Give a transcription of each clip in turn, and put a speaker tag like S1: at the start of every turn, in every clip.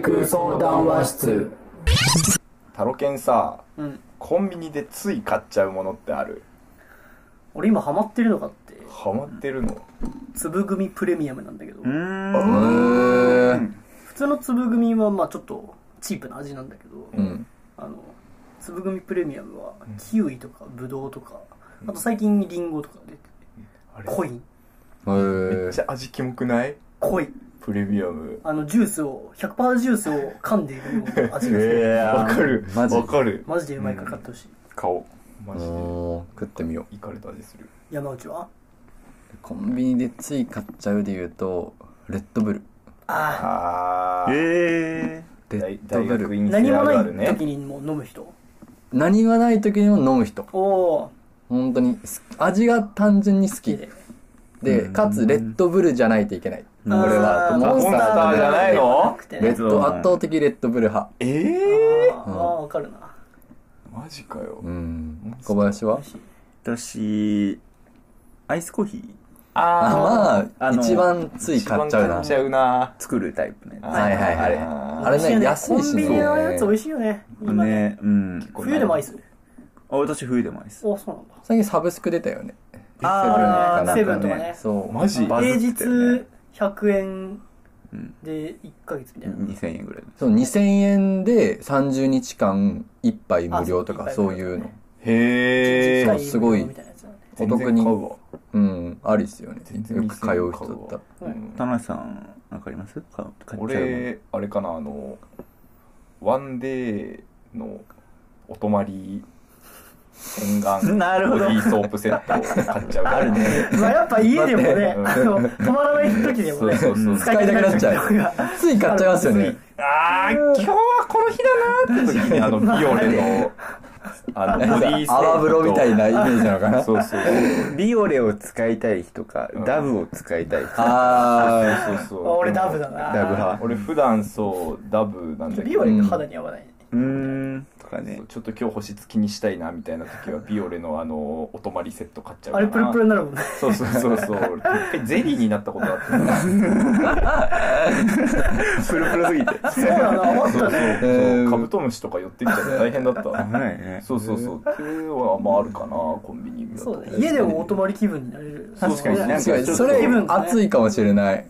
S1: 空相談話室
S2: タロケンさ
S3: うん
S2: コンビニでつい買っちゃうものってある
S3: 俺今ハマってるのかって
S2: ハマってるの
S3: 粒組プレミアムなんだけど
S2: うん
S3: 普通の粒組はまあちょっとチープな味なんだけど、
S2: うん
S3: あの粒組プレミアムはキウイとかブドウとかあと最近リンゴとか出て
S2: あれ
S3: 濃い
S2: めっちゃ味キモくない
S3: 濃い
S2: プレミアム
S3: あのジュースを100%ジュースを噛んでいるような味がする、
S4: え
S2: わかる
S4: マジ
S2: わかる
S3: マジでうまいから買ってほしい、
S2: 顔マジで
S4: おー食ってみよ
S2: イカれた味する
S3: 山内は
S4: うコンビニでつい買っちゃうで言うとレッドブル
S3: あ
S2: ああ
S5: え
S4: レ
S2: 大
S4: ッド
S2: 大
S4: ブ
S2: 学
S4: ル
S2: 院
S3: あ何
S2: 生
S3: も
S2: あるある
S3: ない
S2: ね
S3: 時にもう飲む人
S4: 何がない時にも飲む人
S3: おお
S4: 本当に好き味が単純に好
S3: き
S4: き
S3: れい
S4: でかつレッドブルじゃないといけない
S5: うん
S4: 俺
S3: あ
S4: は
S3: ー
S4: モンスタ
S2: モンスタ
S4: ー
S2: ーじゃないの
S3: レ
S4: レッド圧倒的レッドブル派
S2: えー
S3: あーあーわかるな
S2: マジかよ
S4: うん小林は
S5: 私アイスコーヒー
S2: あ
S4: あまあ
S5: あの
S4: 一番つい
S2: 一番
S4: 買っちゃう
S2: 買
S4: な
S2: っちゃうな
S5: 作るタイプのや
S4: はいはいはいあれ
S3: 美味しいよ
S4: ね安いし
S3: コンビニ
S4: ね
S3: のやつ美味しいよね
S5: つ
S3: 今ね
S5: ねうん
S3: 冬でもアイス
S5: あ私冬でもアイス
S3: おそうなんだ
S4: 最近サブスク出たよね
S5: あー
S3: セブンとか
S5: なんかね
S3: ね
S4: そう
S2: マジ
S5: バズ
S3: 平
S5: っ
S3: 日
S5: てたよね
S3: 100円
S5: うん
S3: で1ヶ月みたいな、
S5: 2000円ぐらいの
S4: そう2000円で30日間1杯無料と
S3: あ
S4: か
S3: そう
S4: そういうの
S2: へえ
S3: 近い
S4: すごい
S3: みたいなやつだね
S4: お得に
S2: 全然買うわ
S4: うんありっすよね
S2: 全然
S4: よく通う人だっ
S2: うん
S5: 田中さんなんかあります買う買っちゃうもの
S2: 俺あれかなあのワンデーのお泊まり洗顔
S5: なるほど
S2: ボディーソープセットを買っちゃうあるね
S3: まあやっぱ家でもね、
S2: うん
S3: あの、止まらない時でも
S2: そう
S3: ね、
S2: そうそう
S4: 使いたくなっちゃうたつい買っちゃいますよね
S2: ああ今日はこの日だなって時にあのビオレのあのボディーソープと
S4: 泡風呂みたいなイメージなのかな
S2: そうそう
S5: ビオレを使いたい人か
S2: うん
S5: ダブを使いたい人
S4: あ
S2: そうそう
S3: あ 俺ダブだな。
S5: ダブ派
S2: 俺普段そうダブなんだけど
S3: ビオレって肌に合わないね。
S5: うーんとかね
S2: そうちょっと今日保湿気にしたいなみたいな時はビオレのあのお泊まりセット買っちゃうかな
S3: あれプルプルになるもんね。
S2: そうそうそうそう。一回ゼリーになったことあったな。
S5: プルプルすぎて
S3: そうだな、思
S2: そ
S3: っ
S2: うそ
S3: た
S2: う
S3: ね。
S2: そう。カブトムシとか寄ってきたら大変だった。
S5: 危ない ね
S2: そうそうそう。っていうのはまああるかな、コンビニだと
S3: そうだね。家でもお泊まり気分になれる。
S5: 確かになん
S4: あ
S5: か
S4: 確かに
S5: ちょっと
S4: それ
S3: 気分がね
S4: 熱いかもしれない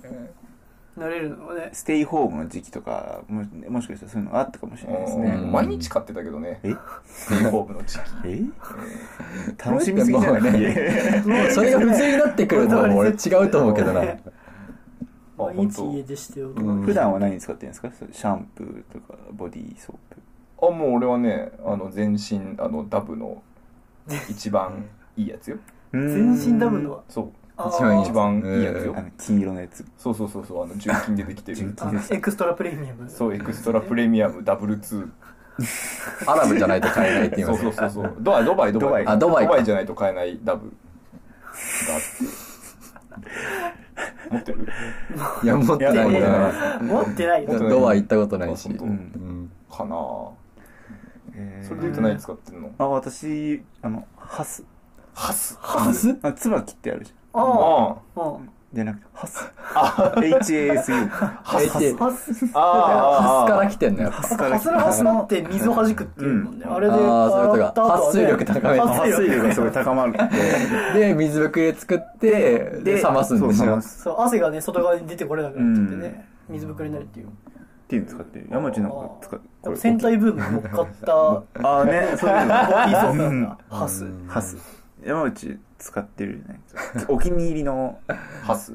S3: なれるのもね。
S5: ステイホームの時期とかももしかしたらそういうのがあったかもしれないです
S2: う
S5: ね
S2: ん毎日買ってたけどね。
S5: え
S2: ステイホームの時期。
S5: え楽しみすぎじゃないね
S4: それが普通になってくると
S3: うん
S4: 俺違うと思うけどな
S2: 本当
S3: 毎日家でしておく。
S5: 普段は何使ってるんですかそうシャンプーとかボディーソープ
S2: あ、もう俺はね、あの、全身、あの、ダブの一番いいやつよ。
S3: 全身ダブルは。
S2: そう。
S3: あ
S4: 一番いい
S2: 一番いいやつ
S5: あ
S2: よ。
S5: の金色のやつ
S2: そうそうそうそう、あの、純金でできてる。
S3: あのエクストラプレミアム。
S2: そう、エクストラプレミアムダブル2。
S4: アラブじゃないと買えないって言い
S2: そ
S4: ま
S2: う
S4: す
S2: そうそうそう。ドバイ、ドバイ、ドバイ。
S4: あドバイか
S2: じゃないと買えないダブがあって。持ってる
S4: いや持ってない
S5: いや持ってない
S4: な
S3: 持ってないよ。
S4: ドア行ったことないし
S2: あ本当
S4: うん
S2: かなぁ。それで言うと何使ってんの
S5: あ私あのハス
S2: ハス。
S4: ハス
S5: あ椿ってあるじ
S3: ああ。
S2: あ
S3: うん。
S5: ゃんじゃなくてハス HASU
S4: ハス
S3: ハス、
S2: あ。あ
S4: ハス
S2: あ。
S4: から来てんのよ
S3: ハスラハスなって水を弾くっていうもんね。
S5: うん
S3: あれで、
S4: あーそういうことか
S3: 洗った後はね
S4: 撥水力高め
S3: 撥
S5: 発
S3: 水
S5: 水
S3: 力
S5: 力がすごい高まるって
S4: で水ぶくれ作ってで冷ますんでし
S5: そう冷
S4: ょ
S5: ます
S3: そう、汗がね、外側に出てこれなくなっちゃってね、水ぶくれになるっていう。
S5: っていうの使ってる山内なんか使う
S3: でも戦隊ブームに乗っかった、ボ
S5: ああねそういうの
S3: ディーソープなんだ。ハス。
S5: ハス山内使ってるじゃないですかお気に入りの
S2: ハス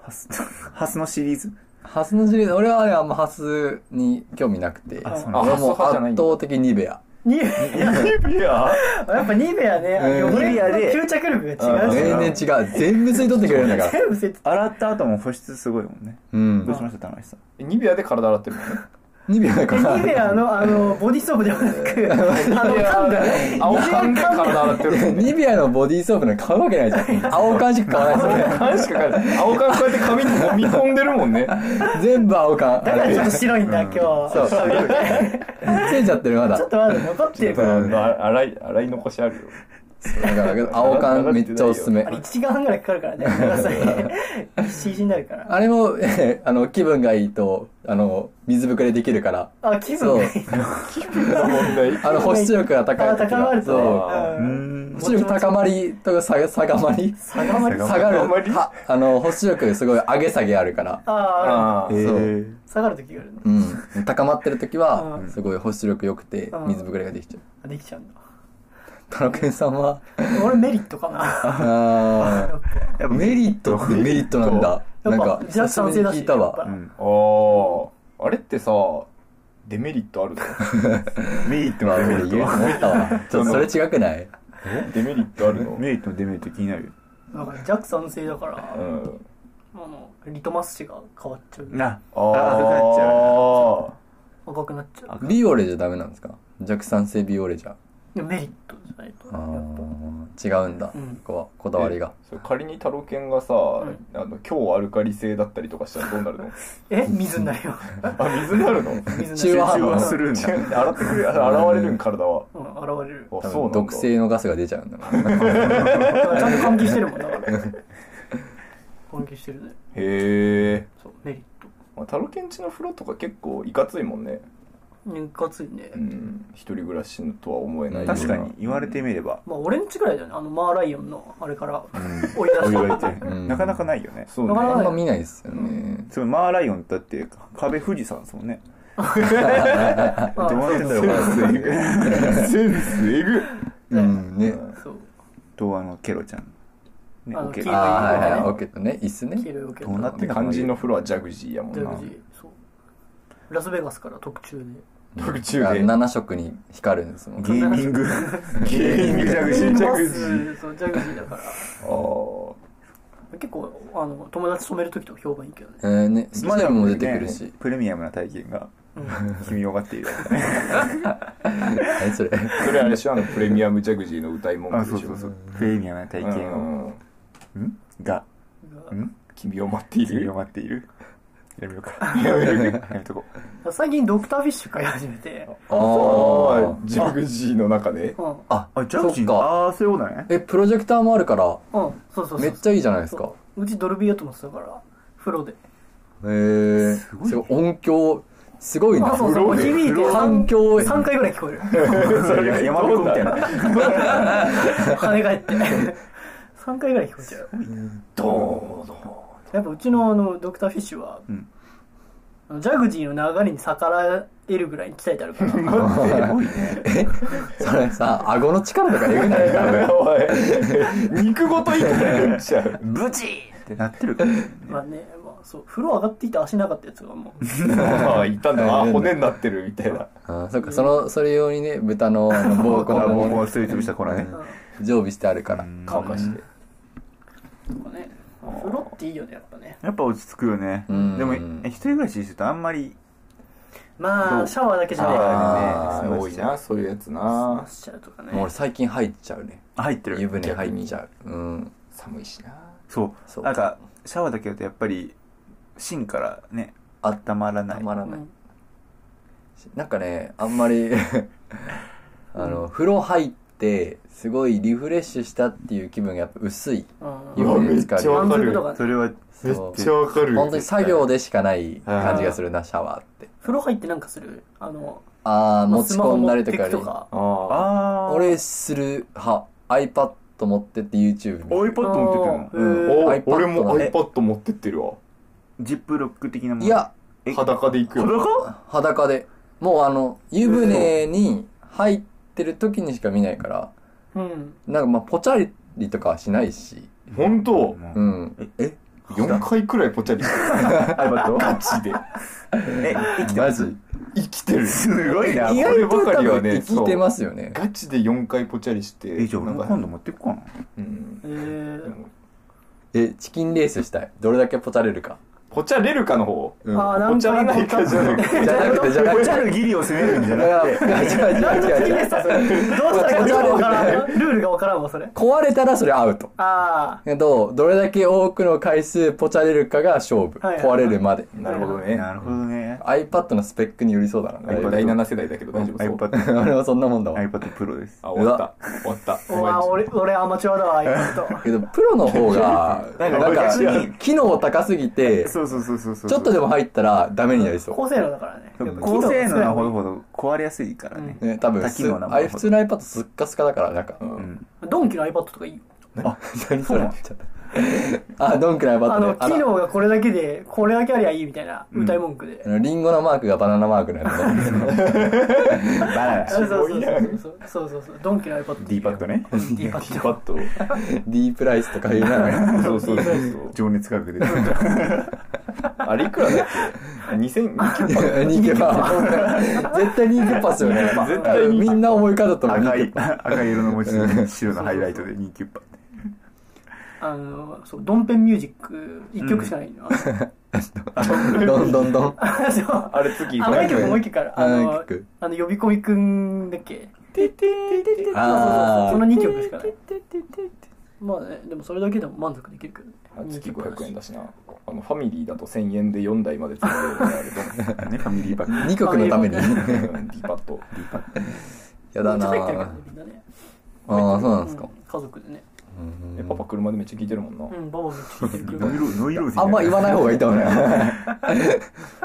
S5: ハスハスのシリーズ
S4: ハスのシリーズ俺はねあんまハスに興味なくて
S5: あそう
S4: 俺はもう
S2: ハス派じゃな
S4: 圧
S2: いんだ
S4: 倒的ニベア
S3: ニベア、
S2: いや、
S3: やっぱニベアね、
S4: うん
S3: 汚れ
S5: ニベアで
S3: と吸着力が違うし
S4: 全
S3: ね。
S4: 然違う全部吸い取ってくれるんだから
S3: 全部せ
S5: 洗った後も保湿すごいもんね
S4: うん
S5: どうしました田中さん
S2: ニベアで体洗ってるのね。
S4: ニベアだから
S3: ニベアの、あの、ボディソープではなく、あの、噛んだね。
S2: 青缶で体洗ってるの ね。
S4: ニベアのボディーソープなんか買うわけないじゃん。 青缶しか買わないですよね。
S2: 缶しか書いてない。青缶こうやって髪に飲み込んでるもんね。
S4: 全部青缶。
S3: だからちょっと白いんだ、今日。ちょ
S4: そう。ついちゃってるまだ。
S3: っとまだ残ってるから。
S2: あ洗い、洗い残しあるよ。
S4: だから青缶めっちゃおすすめ
S3: あ。れ1時 間半ぐらいかかるからね、長さに。必死になるから。
S4: あれも、えーあの、気分がいいと、あの水ぶくれできるから
S3: あ、気分がいい。
S2: 問題
S4: あの保湿力が高い
S3: あ
S4: 時
S3: 高まる
S4: が
S3: と
S4: そう
S2: あー
S3: ね。
S5: ん
S4: 保湿力高まりとか下下がまり
S3: 下がまり
S5: 下
S4: 下がる
S2: あんまり
S4: はあの保湿力すごい上げ下げあるから、
S3: ああ、あ
S2: あ
S5: え
S2: ー
S5: ー
S3: る。下がる時があるね。
S4: うん、高まってる時は
S3: うん
S4: すごい保湿力良くて
S3: うん
S4: 水ぶくれができちゃう
S3: あできちゃうんだ。
S4: 田中さんは
S3: 俺メリットかな。
S4: あ
S5: やっ
S4: ー
S5: ぱ
S4: メリットってメリットなんだな
S3: やっ
S4: ん
S3: ぱ
S4: か、
S3: ジ
S4: 久
S3: ャック
S4: し
S3: 賛
S4: ぶり
S3: 成
S4: に
S3: だし。
S4: 聞いた
S3: やっ
S4: わ
S5: う
S3: ぱ
S5: ん
S2: あーあれってさデメリットあるの
S5: メリット
S4: まあ
S5: もデメ
S4: 俺
S5: リ
S4: 言うと
S5: ッ
S4: 思ったわ ちょっとそれ違くない
S2: デメリットある
S5: ト
S2: の
S5: メリットもデメリット気になるよ
S3: なんかジャック賛成だから、
S2: う
S3: あ
S2: ん
S3: の、リトマス紙が変わっちゃう。
S5: な
S2: あー
S5: あ赤くなっちゃ
S2: う
S3: 赤くなっちゃう。
S4: ビオレじゃダメなんですか弱酸性ビオレじゃ
S3: でもメリットじゃないと。
S4: あ
S3: やっぱ
S4: ー違うんだ、
S3: うん
S4: ここはこだわりが
S2: それ仮にタロケンがさ、
S3: ん
S2: あの強アルカリ性だったりとかしたらどうなるの
S3: え水に なるよ。
S2: あ水にな るの
S3: 水
S4: 中和反応
S5: するんだ
S2: 違う洗ってくれあ現れるん体は
S3: うん、現れる。
S2: あ
S4: 多
S2: そうな
S4: 分
S2: んだ
S4: 毒性のガスが出ちゃうんだな
S3: ちゃんと換気してるもんな。 換気してるね。
S2: へえ、
S3: そう、メリット。
S2: まあ、タロケンチの風呂とか結構いかついもんね
S3: ね、かついね。
S2: うん一人暮らしとは思えないような
S5: 確かに言われてみれば
S3: まあ、俺んちぐらいだよね。あの、マーライオンの、あれから、追い出
S5: お
S3: し
S5: 言
S3: た。
S5: われて
S4: ん
S5: なかなかないよね
S2: そう
S3: なかな
S2: ね
S4: あんま見ないですよね、
S5: そのマーライオンだって壁富士山ですもんね
S3: あ
S5: どうなってんだろうかなっていう
S2: センスえぐ
S4: うんね
S3: そう。
S5: とあのケロちゃんね
S3: あの
S5: オケ
S3: 黄色い
S5: あ
S4: ああはいはい
S3: うん
S4: オッケーとね椅子
S3: 黄
S4: ね
S3: 色いけ
S5: どうなってんだ
S2: 肝心の風呂はジャグジーやもん
S3: ジ
S2: な
S3: ャグジー、そう。ラスベガスから特注
S2: 特注
S4: あ
S2: で
S4: 7色に光るんですもん
S5: ゲーミング
S2: ゲーミングジャグ
S3: で。
S2: ジージャ
S3: マ
S2: グジー
S3: スそう、ジャグジーだか
S2: あ
S3: ら。
S2: ー
S3: 結構、あの、友達染めるときとか評判いいけどね。
S4: えー、ねスキルも出てくる
S5: ね
S4: し
S5: プレミアムな体験 が
S3: うん。
S5: 君をがっている
S4: はいそれ
S2: それあれでしょあのプレミアムジャグジーの歌い文
S5: あ
S2: 句で
S5: そう
S2: しょ
S5: そうそうプレミアムな体験を
S2: うん
S5: んがん
S2: 君を待ってい
S5: 君
S2: る
S5: をがっている やめようか やめるやめとこう
S3: 最近ドクターフィッシュ買い始めて、
S4: あ
S2: あ
S4: あ
S2: あジャグジーの中で
S3: うん、うん、
S4: あ
S5: あジャグ
S4: そっ
S5: ジー
S4: か
S5: ああそういうこと ね
S4: えプロジェクターもあるから
S3: そうそうそう。
S4: めっちゃいいじゃないですか
S3: そううちドルビーアトモスだから、風呂で。
S4: へえすごい音響すごいな
S3: あ、そうそう、
S2: 風呂で
S3: 響いて
S4: 環境へ
S3: 3回ぐらい聞こえ る。
S5: 山田君みたいな
S3: 跳ね返って。3回ぐらい聞こえちゃう。
S2: ドーン
S3: やっぱうちのあのドクターフィッシュは、
S5: うん
S3: あのジャグジーの流れに逆らえるぐらいに鍛えてあ るから
S4: それさ顎の力とかえぐ ない
S2: ダメおい肉ごといくなっちゃう
S3: ブチ
S5: ってなってるからね
S3: ーまあね、まあ、そう風呂上がっていて足なかったやつがもう
S2: ああいたんだあ骨になってるみたいな
S4: あーそっかそのそれ用にね豚のあの膀
S5: こ
S4: 胱
S5: の
S4: も
S5: もうすりつぶした粉ね
S4: 常備してあるから
S2: 乾かして
S3: とかね風呂っていいよねやっぱね
S5: やっぱ落ち着くよねで
S4: ん
S5: もえ一人暮らししてるとあんまり
S3: まあシャワーだけじゃねえからね
S5: あ
S2: あ
S5: ー
S2: あ多いなそういうやつ
S3: 済ま
S2: な
S3: しちゃうとかね
S4: もう俺最近入っちゃうね
S5: 入って
S4: 湯
S5: る
S4: 船入っちゃううん
S2: 寒いしな
S5: そ
S4: そう
S5: うなんかシャワーだけだとやっぱり芯からね
S4: あった
S5: まらな
S4: た
S5: い
S4: まら
S3: う
S4: ない
S3: ん
S4: なんかねあんま りあの風呂入ってすごいリフレッシュしたっていう気分がやっぱ薄い
S3: うん
S4: 湯船に浸か
S2: うわ
S4: る
S2: めっちゃ
S3: 満足度が
S5: それは
S2: めっ
S4: そう
S2: ちゃわかる
S4: 本当に作業でしかない感じがするなシャワーって
S3: 風呂入ってなんかするあの
S4: ああ持ち
S3: スマホ
S4: 込んだ
S3: 持
S4: り
S3: っ
S4: と
S3: て
S4: か
S3: く
S4: より
S3: とか
S2: ああ
S5: ああ
S4: 俺する派 iPad 持ってって YouTube に
S5: iPad 持って
S3: あー
S5: くの
S4: うん
S3: へー
S2: お
S4: iPad
S2: 俺も
S4: だね
S2: iPad 持ってってるわ
S5: ジップロック的なもの
S4: いや
S5: え
S2: 裸で行くよ
S5: 裸
S4: 裸でもうあの湯船に入ってる時にしか見ないから
S3: うん
S4: なんかまあポチャリとかはしないし
S2: 本当
S4: うん
S5: え
S2: 4回くらいぽっちゃりしてる
S5: iPad
S2: ガチで
S5: え生きて
S4: マ
S5: ま
S4: ジ
S5: す
S2: 生きてる
S5: すごい
S4: 意
S5: な
S4: 外と多分生きてますよね
S2: ガチで4回ぽっちゃりして
S5: えじゃあ俺も
S2: な
S5: 今
S2: ん
S5: 度
S2: か
S5: 持ってくかな
S2: うん
S3: えー
S4: えチキンレースしたいどれだけポチャれるか
S2: ぽっちゃれるかの方
S4: うん
S3: あーな
S2: ぽっ
S3: ん
S2: ちゃら
S3: か
S2: ないかじゃなくて
S4: じゃなくてじゃな
S5: ポ
S4: く
S5: チ
S4: て
S5: ャるギリを攻めるんじゃ な
S4: だから違う違う違う違う
S3: どうしたらいいかわからんルールがわからんわそれ
S4: 壊れたらそれアウト
S3: あ
S4: けどどれだけ多くの回数ポチャれるかが勝負、
S3: はいはい
S4: 壊れるまで
S2: なるほど
S5: い
S2: ね
S5: なるほどね
S4: iPad のスペックによりそうだな
S5: iPad
S2: 第7世代だけど大丈夫そう
S5: iPad
S4: 俺はそんなもんだわ
S5: iPad Pro です
S2: あ終わった終わった
S3: あうわ俺俺アマチュアだわあいつと
S4: けどプロの方が
S5: な
S4: なんん
S5: か
S4: か
S5: 逆に
S4: 機能高すぎて
S5: そそうそうそうそうそう
S4: ちょっとでも入ったらダメになりそう
S3: 高性能だからね。やっぱ
S5: 高性能なほどほど壊れやすいからね、
S4: ね、多分
S5: 多機能なもの
S4: あれ普通の iPad すっかすかだから、なんか、う。
S5: うんん
S3: ドンキの iPad とかいいよ。
S4: あ、 何それちょっとあ、ドンキの iPad
S3: あの、
S4: ね。あ
S3: 機
S4: の
S3: 能がこれだけで、これだけありゃいいみたいな歌い文句で
S4: あ。の、リンゴのマークがバナナマークのや つね。
S5: バラ
S3: そうそう
S2: す
S3: そ
S2: ご
S3: う
S2: いな
S3: そう。そうそうそう。ドンキの iPad。
S5: D パッドね
S3: D パッド。
S2: パッと。
S4: D プライスとかいうな。
S2: そうそうそうそう。
S5: 情熱価格で
S2: あれいくらだっけ ?2000、2000パ
S4: ニケパー。 絶対ニケパーっすよ ね。
S2: 絶対ニケパー
S4: みんな思い浮かんだと思う。
S5: 赤
S4: ニケ
S5: い
S4: パ
S5: 赤い色の文字に白のハイライトで2キュッパって
S3: あの、そう、ドンペンミュージック、一曲しかないの。
S4: ー。どんどんどん。
S3: そう。
S2: あれ次、
S3: あ、もう一曲、もう一曲ある。あ
S4: あ
S3: の
S4: 一曲、
S3: あの、呼び込みくんだっけ
S4: あー
S3: その2曲しかない。まあね、でもそれだけでも満足できるけどね。
S2: 月500円だしな。あの、ファミリーだと1000円で4台までつなげるのがあると
S5: ねファミリーパック
S4: 2曲のために。
S2: 思う。D パッド。
S4: やだな
S3: めっちゃ入ってるけど
S4: ぁ
S3: ね。みんなね。
S4: ああ、そうなんですか。
S3: 家族でね。
S2: え、パパ車でめっちゃ聞いてるもんな。
S3: うん、ババめっちゃ聞いてる。
S5: ノイローノイローゼ
S4: あんま言わない方がいいと 思うよ。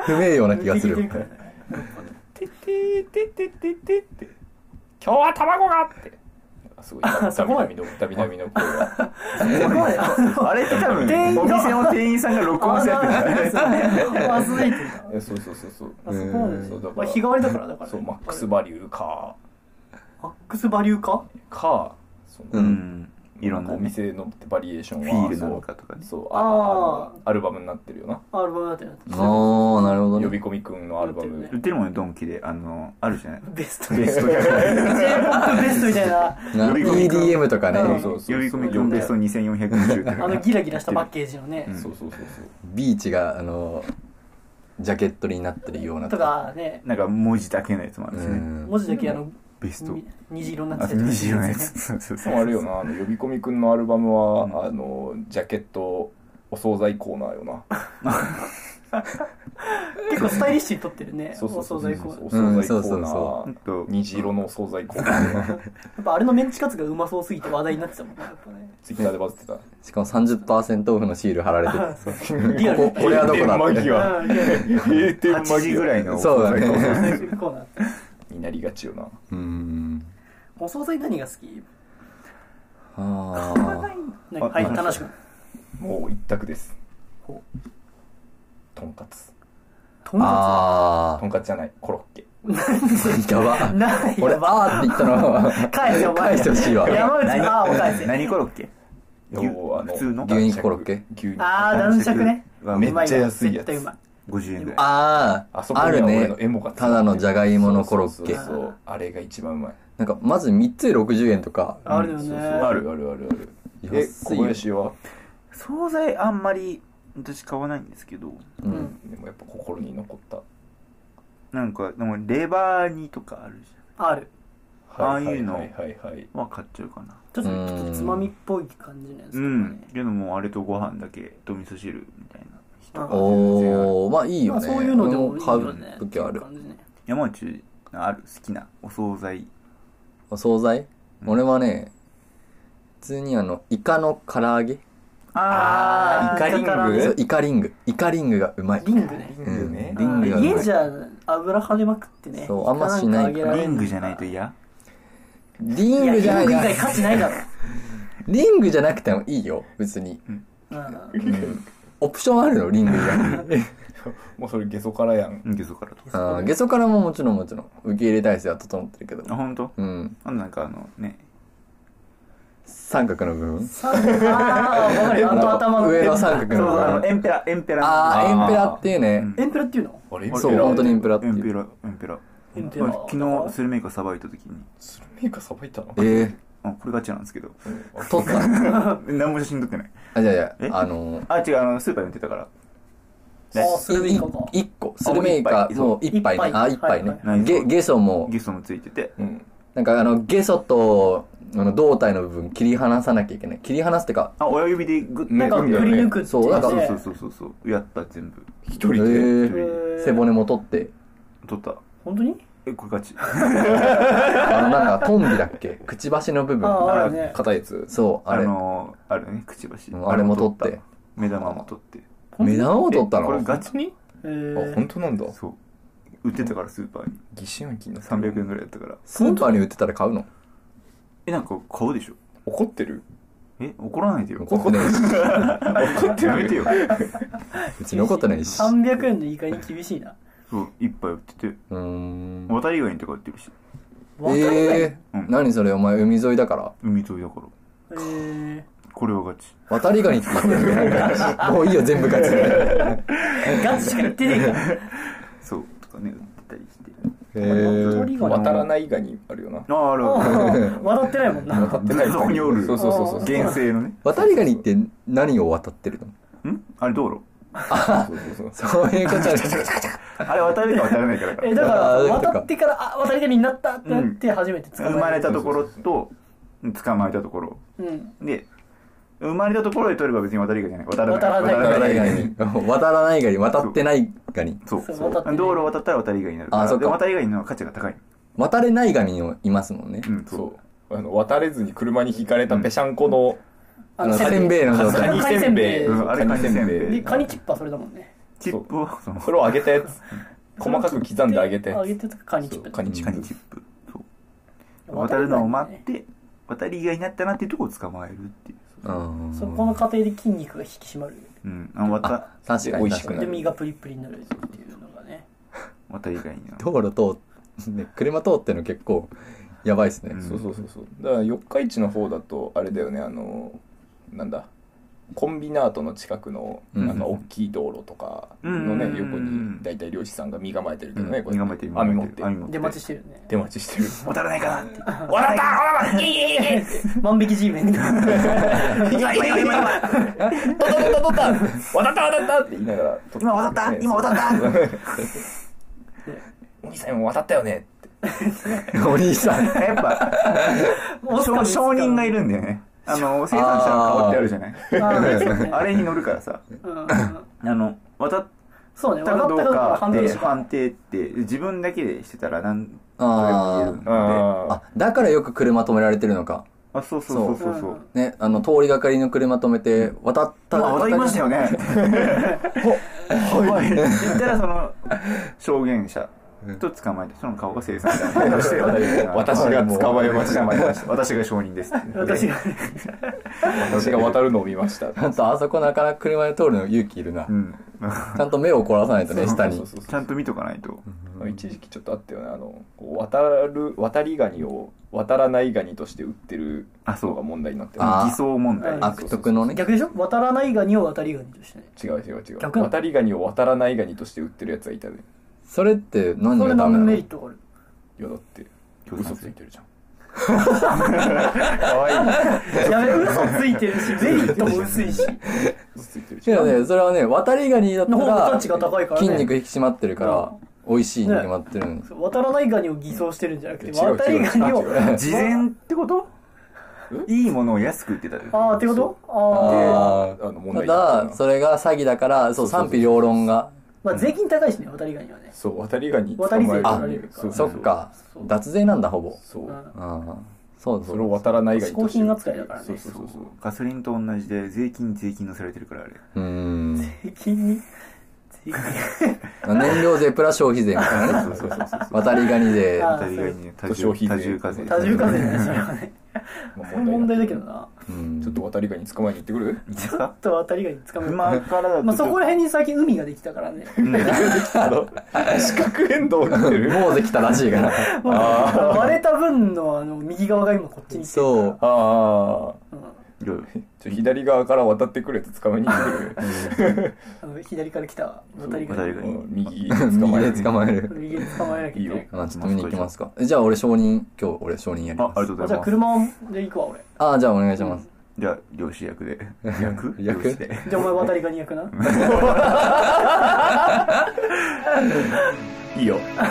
S4: 不名誉な気がす
S3: め
S4: る
S3: っちゃ聞いて。からね
S2: ててててててて今日は卵がってすごい ダビダビのダビダビの声が
S3: そこまで。
S5: あれって多分
S3: 店員の
S5: お店の店員さんが録音してやってる
S3: あ、そうなんだ
S2: えそうそうそうそう
S3: あ、そうなん
S2: そうだ。
S3: だま
S2: か
S3: あ、
S2: ら
S3: 日替わりだから、だから。
S2: そうマックスバリューか
S3: マックスバリューか
S2: かその、
S4: う
S5: うんいろんな
S2: お
S5: ね
S2: 店のバリエーションは
S5: フィールなのかとかね
S2: そうそう
S3: あー
S2: ああのアルバムになってるよな
S3: アルバムだってなって
S4: ああ、なるほど
S2: 呼
S4: ね
S2: び。込みくんのアルバム、
S3: なって
S5: 売ってるもんねドンキであのあるじゃない
S3: ベスト。
S5: ベスト100
S3: J-POP ベストみたいな、
S4: な
S5: 呼び込み
S4: EDM とかね、
S3: うん
S2: そう
S5: 呼
S2: そう
S5: び
S2: そ
S5: 込
S2: う
S5: み君ベスト2420っていうのが
S3: あのギラギラしたパッケージのね、
S2: そうそうそうそう
S4: ビーチが、あの、ジャケットになってるような。
S3: とかね、
S5: なんか文字だけのやつもあるし
S4: う
S5: ね
S4: ん。
S3: 文字だけあの、
S5: ベスト
S3: に虹色になっ
S5: あ
S3: てたり
S5: と
S3: とか
S5: 虹色のや つそうそう
S2: で
S5: そう
S2: もあれよなあの呼び込みくんのアルバムは、
S5: うん
S2: あのジャケットお惣菜コーナーよな
S3: 結構スタイリッシュに撮ってるね、
S2: そうそうそう
S3: お
S2: そう
S3: 惣菜コーナー
S2: お惣菜コ
S4: う
S2: ー
S4: ん
S2: ナ
S4: そ
S5: ほん
S2: ー
S5: と
S2: 虹色のお惣菜コーナー
S3: やっぱあれのメンチカツがうまそうすぎて話題になってたもんね、やっぱね。
S2: ツイッターでバズってた
S4: しかも30%オフのシール貼られてる。
S3: リアル
S4: ここれはどこだって
S2: 閉店間際
S3: うん、リアル
S2: 閉店
S5: 8時ぐらいの
S4: そうだね。
S3: お惣菜コーナー。
S2: になりがちよな
S4: うん。
S3: お惣菜何が好き
S4: あ
S3: なんかはい、楽しく。
S2: もう一択です
S3: ほ
S2: とんかつ
S4: あ。
S3: とんか
S4: あ
S2: とんかつじゃないコロッケ
S4: あ。やば
S3: つ。。ない
S4: 俺、あ
S3: よ、
S4: ーって言ったの。
S3: 返せよ、お前。
S4: 返してほしいわ。
S3: 山内、あーを返せ。
S5: 何コロッケ牛
S2: 要はあの
S5: 普通の
S4: 牛肉コロッケ
S2: 牛肉
S3: あー、男爵ね。
S5: は
S2: めっちゃ安いやつ
S3: うまわ絶対うまい。
S5: 50円ぐらい
S4: あ
S2: あ
S4: あ
S2: そ、こ
S4: あ
S2: に
S4: る
S2: は俺
S4: ね
S2: のエモが。
S4: ただのじゃがいものコロッケ
S2: そう。そうそうあれが一番うまい
S4: なんか、まず3つで60円とか。
S3: あるよ
S2: そうそう
S3: ね。
S2: あるあるあるある
S4: 安いよ
S2: え小林は
S5: 惣菜あんまり私買わないんですけど
S4: う。
S3: うんん。
S2: でもやっぱ心に残った
S5: なんかでもレバー煮とかあるじ
S3: ある。
S5: ああいうの
S2: はいはいはいはい
S5: ゃんは買っちゃうかな
S3: ちょっと、ちょっとつまみっぽい感じのやつと
S5: う
S3: か
S5: ん
S3: ね。
S5: けどもうあれとご飯だけと味噌汁みたいな人が全然ある
S4: おー、まあいいよ
S3: まあ
S4: ね。
S3: そういうのでもいい
S4: 買
S3: よ
S4: う
S3: ね。
S4: 時あ
S3: ってい
S4: る
S3: う。感じね
S5: 山内ある好きなお惣菜
S4: お惣菜
S5: うん
S4: 俺はね、普通にあの、イカの唐揚げ
S3: あーイカリング
S4: そうイカリング。イカリングがうまい。
S3: リングね。
S2: リングね
S4: リングがうまい
S3: 家じゃ油跳ねまくってね。
S4: そうあんましない
S3: か
S4: あ
S3: ら
S5: リングじゃないと嫌
S4: リン
S3: い
S4: グ
S3: や、リ
S4: じゃな
S3: ン
S4: い
S3: グ以
S4: な
S3: 外価値ないだろ。
S4: リングじゃなくてもいいよ、別に。
S3: うん
S4: オプションあるの、リング以外に。
S2: もうそれゲソからやん
S5: うんゲソからとか
S4: あーゲソからももちろんもちろん、受け入れ体制は整ってるけど。
S5: あ本当
S4: うん。
S5: あなんかあのね
S4: 三角の部分
S3: さあー、わかるよ。あと頭の。
S4: 上の
S3: エ
S4: 三角
S5: そう
S4: の部
S5: あの
S4: 分。
S5: エンペラエンペラ
S4: あー、エンペラっていうね。
S5: うん
S3: ンペラっていうの
S2: あれ
S4: そう
S2: エンペラー
S4: 本当にエンペラって
S5: エ
S4: いう
S5: ンペラエンペラ
S3: エンペラ
S5: 昨日スルメイカさばいた時に
S2: スルメイカさばいたの
S4: えー、
S5: あこれガチなんですけど
S4: 取ったの
S5: 何も写真撮ってない
S4: あ、じゃあじゃ
S5: え
S4: あ、あのー、
S5: あ違うあのスーパーで見てたから
S3: あースルメイカか。
S4: い一個。スルメイカ、
S5: あ
S4: も
S5: も
S4: う
S5: う
S4: 一杯ね。あ、一
S3: 一杯
S4: 杯ね
S5: はいはい。
S4: ゲ、ゲソも、
S5: ゲソもついてて
S2: うん
S4: なんかあの、ゲソと、あの、胴体の部分切り離さなきゃいけない。切り離すってか、
S5: あ親指でグッ
S3: なんか
S2: ね
S3: 振り抜くっていうね。
S4: そうなんか
S5: そうそうそうそうそうやった全部
S4: え
S2: 一人で、
S4: ー
S3: えー
S4: 背骨も取って、
S5: 撮った
S3: 本当に
S5: えこれガチ
S4: あの、なんか、トンビだっけ くちばしの部分。
S3: あー、あるね。
S2: 硬いやつ
S4: そう、あ
S5: あ
S4: れ。
S5: のーあれねくちばし
S4: うんあれも取って
S5: 目玉も取って
S4: 目玉を取ったの
S5: えこれガチに
S3: え
S2: あ
S3: ー
S2: 本当なんだ
S5: そう売ってたからスーパーに
S2: 疑心暗鬼になってる
S5: 300円ぐらいだったから
S4: スーパーに売ってたら買うの
S5: えなんか買うでしょ
S2: 怒ってる
S5: え怒らないでよ
S4: 怒ってないし
S2: 怒ってる
S5: やめてよ
S4: 別に怒って ないしう
S3: 300円の言い換えに厳しいな
S5: そう一杯売ってて
S4: ーん
S5: 渡りガニとか売ってるし
S3: わかんない
S4: え
S5: う
S4: ー
S5: ん
S4: 何それお前海沿いだから
S5: 海沿いだから
S3: えー
S5: これはガチ
S4: 渡りガニって言ってるなんかもういいよ全部ガチで
S3: ガチしか言ってね えから
S5: そうとかね売ってたりして
S4: え
S3: 渡
S4: ー
S3: りガニ
S2: 渡らないガニあるよな
S5: あああるある
S3: 渡ってないもんな
S2: 渡ってない
S5: そこにおる
S2: そうそうそうそう
S5: 原生のね
S4: 渡りガニって何を渡ってるの
S5: んあれ道路
S2: そうそうそう
S4: そういうことじゃない
S5: あれ渡れるか渡らないからか
S3: えだから渡ってからあ渡り鳥になったってなって初めて捕ま
S5: ら
S3: え
S5: 生まれ
S3: た
S5: たところと捕まえたところ
S3: うん
S5: で生まれたところで取れば別に渡りガニじゃない 渡らない
S3: 渡らな
S4: 渡らな
S3: い
S4: い
S5: ガ
S4: ガ
S5: ニ
S4: ニ渡らないガニ渡ってないガニ
S5: そう
S3: そう
S5: そう
S3: 渡ってない
S5: 道路を渡ったら渡りガニになるから
S4: あそっか
S5: で渡りガニの価値が高い
S4: 渡れないガニもいますもんね
S5: うんそ
S2: そううあの渡れずに車にひかれたぺしゃんこの
S4: あのせんべいの状
S3: カ
S4: 態
S3: ニせんべい
S2: カニ
S5: うんあれカニせんべ
S3: で
S5: い
S3: カニチップはそれだもんね
S5: チップはその
S2: それを揚げたやつ細かく刻んで揚げたや
S3: 揚げ
S2: つ
S3: てとかカニチ
S2: そ
S3: ップ
S2: うカニチ
S5: カ
S2: ッ
S5: ニ
S2: プ
S5: チップそう渡るのを待って渡りガニになったなっていうところを捕まえるっていう
S4: うん
S3: そこの過程で筋肉が引き締まる
S5: うんあ渡
S4: 確か
S2: 美
S4: に
S2: 味
S4: 確
S2: しく
S4: か
S2: な
S4: に
S2: る
S3: で身がプリプリになるっていうのがね
S5: 渡りガニの
S4: 道路通っ、ね、車通ってんの結構やばいですね、
S5: うん
S2: そうそうそうそうだから四日市の方だとあれだよねあのなんだコンビナートの近くの
S4: うん
S2: なんか大きい道路とかのね
S5: うん
S2: 横に大体漁師さんが身構えてるけどね
S4: う
S2: こうや
S5: 身
S2: っ
S5: 構え
S2: て
S5: てる
S2: 網持って
S5: 網持って
S3: 出待ちしてるね
S2: 手待ちしてる
S5: 渡らないかなって
S2: 「わらったわらったイエイイエイイエイ!」って
S3: 万引き G メ
S2: 「
S3: ン
S2: 今今今今今ドドドドドドわらったわらった!」って言いながら「
S5: 今渡った今渡った
S2: お兄さん今渡ったよね」って
S4: お兄さん
S5: やっぱ証証人がいるんだよねあの生産者の顔ってあるじゃないあ
S3: あれ
S5: れに乗るからさあの渡っ
S3: そうね
S5: たか
S3: 渡
S5: ど
S3: っ
S5: う
S3: たか
S5: か
S3: 判
S5: っ
S3: 定
S5: て
S3: しか
S5: 判定って自分だけでしてたらなんとでも言え
S4: あ
S5: るので
S4: ーあだからよく車止められてるのか
S5: あそうそうそうそうそう
S4: ねあの通りがかりの車止めて渡った
S5: 今渡りまし たよねほはい言ったらその証言者と捕まえてその顔が生産者として
S2: 私が捕まえました
S5: 捕まえました私が証人です
S3: 私が
S2: 私が渡るのを見ました
S4: ちゃんとあそこなかなか車で通るの勇気いるな、
S5: うん
S4: ちゃんと目を凝らさないとね下に
S2: そうそうそう
S5: ちゃんと見とかないと
S2: 一時期ちょっとあったよねあのこう渡る渡りガニを渡らないガニとして売ってる
S5: あそう
S2: のが問題になってる
S4: あ
S5: 偽装問題
S3: あ
S4: 悪徳のね
S3: 逆でしょ渡らないガニを渡りガニとしてね
S2: 違う違う違う
S3: 逆なの
S2: 渡りガニを渡らないガニとして売ってるやつがいたね
S4: それって何
S3: そ
S4: が
S3: れ
S4: ダ
S3: 何
S4: メ
S3: の
S4: な
S3: メ
S4: の
S3: リットがある
S2: いやだって
S5: 共
S2: 嘘
S5: 産
S2: つ
S5: 性
S2: いてるじゃんかわいい
S3: やべ嘘ついてるしメリットも薄いし
S2: 嘘ついて
S4: け
S2: るじゃ
S4: ど
S2: ん
S4: ねそれはね渡りガニだった
S3: の方が価値が
S4: ら
S3: 高いからね
S4: 筋肉引き締まってるから美味しいに決まってるんです
S3: そう渡らないガニを偽装してるんじゃなくて
S2: 違う
S3: 渡りガニを
S2: 違う違う違
S5: 事前ってこといいものを安く売ってた
S3: ああってことああ
S4: あ
S2: あの
S4: ー
S2: 問題になったて
S4: だ
S2: るな
S4: それが詐欺だからそう賛否両論が
S3: まあ税金高いしね渡りガニはね
S2: そう渡りガニ
S3: 渡り
S2: 捕ま
S3: 税
S2: え
S3: 取
S2: る
S3: られるから
S2: そう
S4: そ
S2: そう
S4: っか脱税なんだほぼ
S2: そううん
S4: うんそう
S2: そ
S4: そ
S2: れ
S4: う
S2: を渡らないガニとして売
S3: 嗜好品
S2: ってる
S3: 扱いだからね
S2: そうそうそうそう
S5: ガソリンと同じで税金税金のせられてるからあれ
S4: うーん燃
S3: 税金に税金
S4: 料税プラス消費税みた いなね
S5: そうそうそうそう
S4: 渡りガニ税
S3: あー
S5: 渡りがに多
S2: 消
S5: 重
S2: 費税
S5: 多重課税
S3: 多重課税ねそれはね
S2: まあ
S3: それ問題だけどな
S4: うん
S2: ちょっと渡りガニ捕まえに行ってくる
S5: いいです
S3: ちょ
S5: か
S3: っと渡りガニ捕まえ
S5: 今からだと
S3: まあそこら辺に最近海ができたからね
S2: あの四角変動が 出る
S4: もうできたらしいから
S3: 割れた分のあの右側が今こっちに来てる
S4: そ
S3: か
S4: う
S2: ああ
S3: らうん
S5: いや
S2: ちょ左側から渡ってくるやつ捕まえに行って
S3: あの左から来た渡りガ
S5: 渡り
S3: ニ
S5: ガ
S2: くるうん
S5: ニ
S2: 右捕まえ
S4: 右
S2: る
S4: で捕まえる
S3: 右に捕まえなきゃいけないか
S4: まあちょっと見に行きますかえじゃあ俺証人今日俺証人やり
S5: あ
S4: ま
S5: あり
S4: す
S3: ら
S5: がとうご
S3: じゃ
S5: ざ
S3: あ
S5: います
S3: 車をで行くわ俺
S4: ああじゃあお願いします
S5: じゃあ漁師役で役
S4: 役
S5: 漁師で
S3: じゃあお前渡りガニ役 ない
S2: いよ
S3: 話します
S2: じゃあそれで